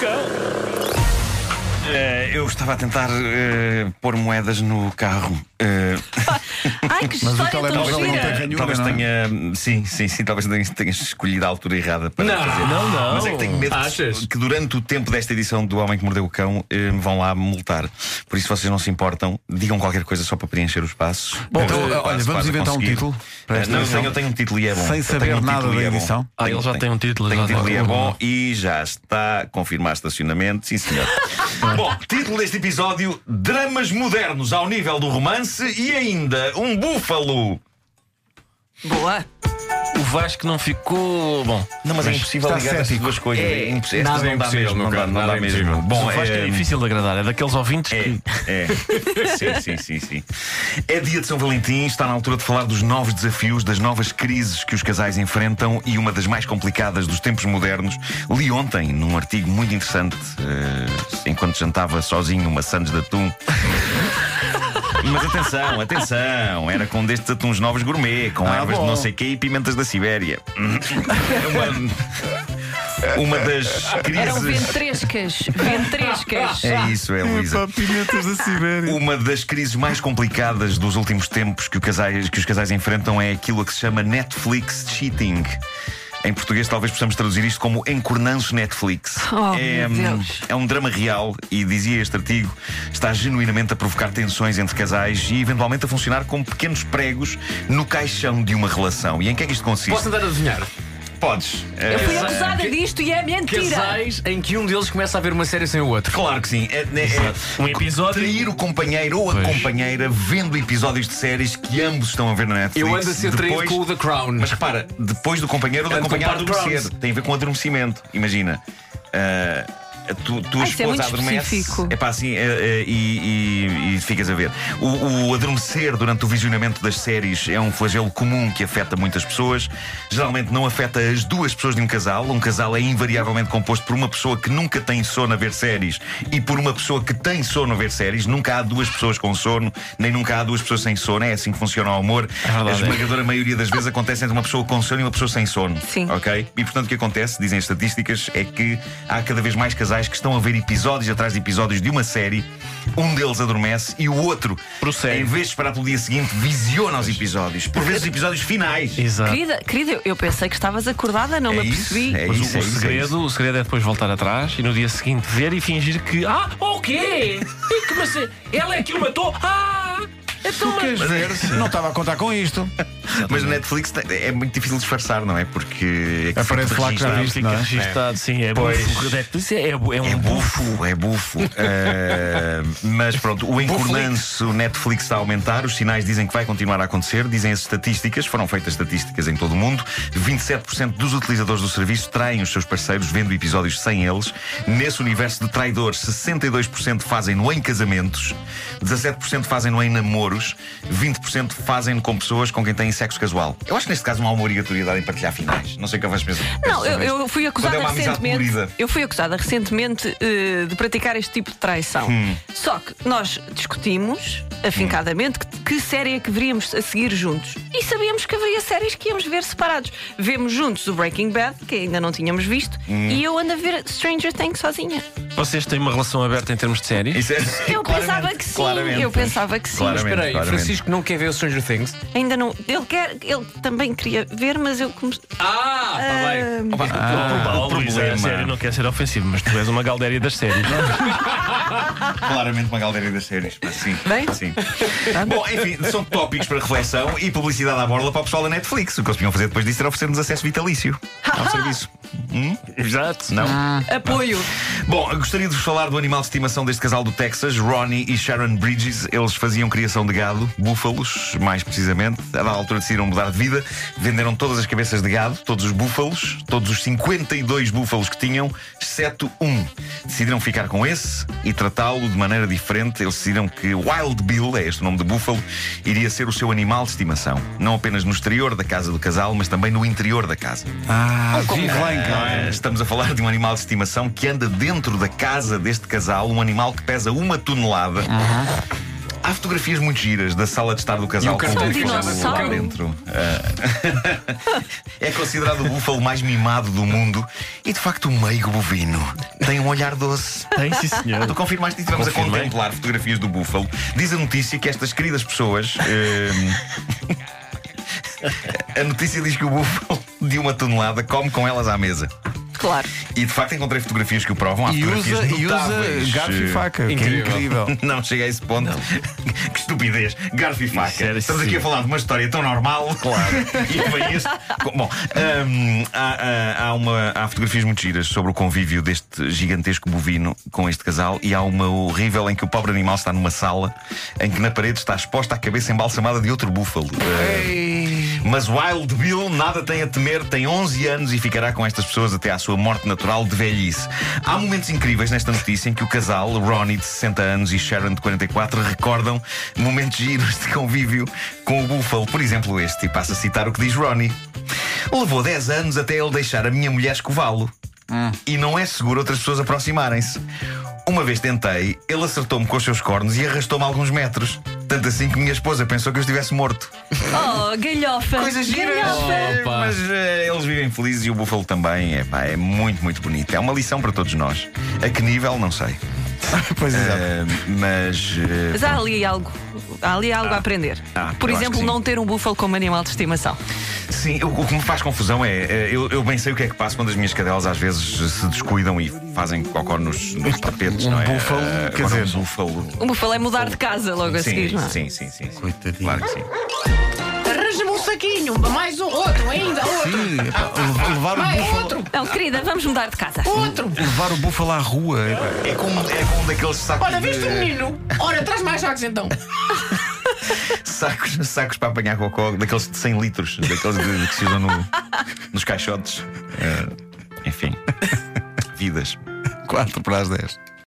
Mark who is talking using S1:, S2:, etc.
S1: cão.
S2: Eh, eu estava a tentar eh, pôr moedas no carro. Eh,
S3: Ai, que
S4: Mas o
S3: história tão
S4: telemóvel não tem
S3: gira.
S4: ranhura,
S2: talvez
S4: não é?
S2: tenha. Sim, sim, sim, talvez tenha, tenha escolhido a altura errada para
S1: Não,
S2: fazer.
S1: não, não.
S2: Mas é que tenho medo que-
S1: Achas?
S2: que durante o tempo desta edição do Homem que Mordeu o Cão eh, me vão lá multar. Por isso, se vocês não se importam, digam qualquer coisa só para preencher os espaços.
S4: Bom, então,
S2: Eh,
S4: olha,
S2: quase,
S4: vamos
S2: quase
S4: inventar um
S2: conseguir.
S4: título para
S2: Eh,
S4: esta
S2: Não, eu
S4: edição.
S2: tenho, eu tenho um título e é bom.
S4: Sem
S2: Eu tenho
S4: saber
S2: um título
S4: nada
S2: e
S4: da
S2: é bom.
S4: edição.
S5: Ah,
S2: Tenho-
S5: ele já
S2: tenho-
S5: tem um título,
S2: Tem um
S5: já
S2: título
S5: está.
S2: e é bom e já está a confirmar estacionamento, sim senhor. bom, título deste episódio: Dramas modernos ao nível do romance e ainda um búfalo.
S3: Boa.
S5: O Vasco não ficou. Bom,
S2: Não, mas, é impossível
S4: está
S2: ligar estas
S4: cético.
S2: duas coisas. É, imposs- estas
S1: nada
S2: não
S1: é
S2: dá
S1: impossível,
S2: mesmo,
S1: meu
S2: não dá,
S1: caro,
S2: não
S1: nada
S2: dá
S1: é
S2: mesmo.
S1: impossível.
S5: o
S2: Bom,
S5: Vasco é difícil de agradar, é daqueles ouvintes que.
S2: É, é. sim, sim, sim, sim. É dia de São Valentim, está na altura de falar dos novos desafios, das novas crises que os casais enfrentam e uma das mais complicadas dos tempos modernos. Li ontem, num artigo muito interessante, eh, enquanto jantava sozinho uma Sandes de Atum. Mas atenção, atenção, era com um destes atuns novos gourmet, com ervas de não sei quê e pimentas da Sibéria. Uma, uma das
S3: Eram
S2: crises.
S3: ventrescas. Ventrescas.
S2: É isso, é, Luísa.
S4: Epá, pimentas da Sibéria.
S2: Uma das crises mais complicadas dos últimos tempos que, o casais- que os casais enfrentam é aquilo a que se chama Netflix cheating. Em português, talvez possamos traduzir isto como encornanço Netflix.
S3: Oh,
S2: é,
S3: meu
S2: hum,
S3: Deus.
S2: é um drama real e, dizia este artigo, está genuinamente a provocar tensões entre casais e eventualmente a funcionar como pequenos pregos no caixão de uma relação. E em que é que isto consiste?
S1: Posso andar a adivinhar?
S2: Podes. Eh,
S3: Eu fui acusada disto e é mentira.
S1: Casais em que um deles começa a ver uma série sem o outro.
S2: Claro que sim. É, é- é-
S5: Um episódio-
S2: Trair o companheiro ou a companheira vendo episódios de séries que ambos estão a ver na Netflix.
S1: Eu ando a ser traído
S2: Depois-
S1: com o The Crown.
S2: Mas repara, depois do companheiro ou da
S1: Ando com
S2: companheira
S1: par de
S2: adormecer. Tem a ver com adormecimento. Imagina. ah, a tu, tua
S3: Ah, isso é
S2: esposa
S3: muito
S2: adormece.
S3: específico.
S2: É pá, assim, é, é, e, e- e ficas a ver. O, o adormecer durante o visionamento das séries é um flagelo comum que afeta muitas pessoas. Geralmente não afeta as duas pessoas de um casal. Um casal é invariavelmente composto por uma pessoa que nunca tem sono a ver séries e por uma pessoa que tem sono a ver séries. Nunca há duas pessoas com sono, nem nunca há duas pessoas sem sono. É assim que funciona o amor.
S5: verdade,
S2: a
S5: é.
S2: esmagadora maioria das vezes acontece entre uma pessoa com sono e uma pessoa sem sono.
S3: Sim.
S2: Ok? E portanto o que acontece, dizem as estatísticas, é que há cada vez mais casais que estão a ver episódios atrás de episódios de uma série, um deles adormece e o outro,
S5: Prossegue.
S2: em vez de esperar pelo dia seguinte, visiona os episódios. Por vezes os episódios finais.
S5: Exato.
S3: Querida, querida, eu- eu pensei que estavas acordada, não
S2: É
S3: me
S2: isso,
S3: apercebi.
S2: é
S5: Mas
S2: isso,
S5: o,
S2: é
S5: o
S2: isso, é
S5: segredo, o segredo é depois voltar atrás e no dia seguinte ver e fingir que. Ah, o quê? E que, mas, ela é que o matou? Ah! Então, mas.
S4: Não estava a contar com isto.
S2: isso. Mas no Netflix tem- é muito difícil disfarçar, não é? Porque é que
S4: Aparece
S2: fica
S4: lá que já
S2: registado.
S4: viste,
S5: Fica
S4: não é?
S5: registado, sim, é
S2: Pois.
S5: bufo. Netflix É, é bu- é um
S2: É
S5: bufo.
S2: bufo, é bufo. Eh, mas pronto, o encornanço Netflix está a aumentar, os sinais dizem que vai continuar a acontecer, dizem as estatísticas, foram feitas estatísticas em todo o mundo. 27% dos utilizadores do serviço traem os seus parceiros vendo episódios sem eles. Nesse universo de traidores, 62% fazem-no em casamentos, 17% fazem-no em namoros, 20% fazem-no com pessoas com quem têm sexo casual. Eu acho que neste caso não há uma obrigatoriedade em partilhar finais. Não sei o que eu vais pensar.
S3: Não, eu, eu fui
S2: Quando
S3: acusada
S2: é uma amizade
S3: recentemente.
S2: colorida.
S3: Eu fui acusada recentemente eh, de praticar este tipo de traição.
S2: Hum.
S3: Só que nós discutimos afincadamente
S2: Hum.
S3: que, que série é que veríamos a seguir juntos. E sabíamos que haveria séries que íamos ver separados. Vemos juntos o Breaking Bad, que ainda não tínhamos visto,
S2: Hum.
S3: e eu ando a ver Stranger Things sozinha.
S5: Vocês têm uma relação aberta em termos de séries?
S2: Isso é-
S3: Eu pensava que sim, eu pensava que sim.
S2: Claramente,
S1: Espera aí,
S2: claramente.
S1: Francisco não quer ver o Stranger Things?
S3: Ainda não. Ele quer, ele também queria ver, mas eu comecei.
S2: tá
S1: Ah, está bem.
S2: Opa, o
S5: Luís, é sério,
S2: um problema.
S5: não quer ser ofensivo, mas tu és uma galdéria das séries.
S2: Claramente uma galera das séries. mas Sim.
S3: Bem? Tá
S2: sim. Bom, enfim, são tópicos para reflexão e publicidade à borda para o pessoal da Netflix. O que eles podiam fazer depois disso era oferecer-nos acesso vitalício
S3: Ah!
S2: ao serviço. Hum?
S5: Exato.
S2: Não?
S3: Apoio.
S2: Bom, eu gostaria de vos falar do animal de estimação deste casal do Texas, Ronnie e Sharon Bridges. Eles faziam criação de gado, búfalos, mais precisamente. A dada altura decidiram mudar de vida, venderam todas as cabeças de gado, todos os búfalos, todos os 52 búfalos que tinham, exceto um. Decidiram ficar com esse e tratá-lo de maneira diferente. Eles decidiram que Wild Bill, é este o nome do búfalo, iria ser o seu animal de estimação. Não apenas no exterior da casa do casal, mas também no interior da casa.
S4: Ah, vive lá em casa.
S2: Ah, Estamos a falar de um animal de estimação que anda dentro da casa deste casal, um animal que pesa uma tonelada. Há fotografias muito giras da sala de estar do
S1: E
S2: casal
S1: o
S2: com o
S1: cartão
S3: de
S2: búfalo cá
S3: dinossauro.
S2: dentro. Ah. é considerado o búfalo mais mimado do mundo e de facto o meigo bovino tem um olhar doce.
S5: Tem, sim, senhor.
S2: Tu confirmaste e estivemos a
S5: Confirmei.
S2: contemplar fotografias do búfalo. Diz a notícia que estas queridas pessoas. eh, a notícia diz que o búfalo de uma tonelada come com elas à mesa.
S3: ah, Claro.
S2: E de facto encontrei fotografias que o provam. Há
S4: E
S2: fotografias
S4: usa, e
S2: notáveis.
S4: usa garfo e
S2: eh,
S4: faca, que é
S1: Incrível.
S4: incrível.
S2: Não chega a esse ponto. que estupidez. Garfo e faca.
S5: era
S2: Estamos aqui
S5: sim.
S2: a falar de uma história tão normal. Claro. e vem este. Com- Bom, hum, há, há- há uma, há fotografias muito giras sobre o convívio deste gigantesco bovino com este casal e há uma horrível em que o pobre animal está numa sala em que na parede está exposta a cabeça embalsamada de outro búfalo. Eh, mas Wild Bill nada tem a temer, tem 11 anos e ficará com estas pessoas até à sua morte natural de velhice. Há momentos incríveis nesta notícia em que o casal, Ronnie de 60 anos e Sharon de 44, recordam momentos giros de convívio com o búfalo. Por exemplo, este, e passo a citar o que diz Ronnie: Levou 10 anos até ele deixar a minha mulher escová-lo. E não é seguro outras pessoas aproximarem-se. Uma vez tentei, ele acertou-me com os seus cornos e arrastou-me alguns metros. Tanto assim que minha esposa pensou que eu estivesse morto.
S3: Oh, galhofa.
S2: Coisas giras.
S3: Galhofa.
S2: Eh, Mas eh, eles vivem felizes e o búfalo também. É, pá, é muito, muito bonito. É uma lição para todos nós. A que nível, não sei.
S4: Pois exato.
S2: Eh, mas. eh,
S3: Mas há ali algo, há ali algo a aprender.
S2: ah,
S3: Por
S2: eu acho que
S3: exemplo,
S2: sim.
S3: não ter um búfalo como animal de estimação.
S2: Sim, o, o que me faz confusão é. eh, Eu, eu bem sei o que é que passa quando as minhas cadelas às vezes se descuidam e fazem cocó nos, nos tapetes, não é?
S4: Um búfalo,
S2: Eh,
S4: quer
S2: agora,
S4: dizer-
S2: Um búfalo.
S3: Um búfalo é mudar de casa logo a
S2: Sim,
S3: seguir, não é?
S2: sim, sim, sim, sim.
S4: Coitadinho.
S2: Claro que sim.
S6: Arranja-me um saquinho, mais um outro, ainda outro.
S4: Sim, epá, lev- levar, o
S6: Vai,
S4: búfalo,
S6: outro,
S3: Não, querida, vamos mudar de casa.
S6: outro.
S4: levar o búfalo à rua. epá.
S2: É como, é como daqueles sacos.
S6: Olha, viste
S2: de-
S6: o
S3: um
S6: menino? Ora, traz mais sacos então.
S2: Sacos, sacos para apanhar cocó, daqueles de 100 litros, daqueles de- que se usam no- nos caixotes. Eh, enfim, vidas.
S4: Quatro para as dez.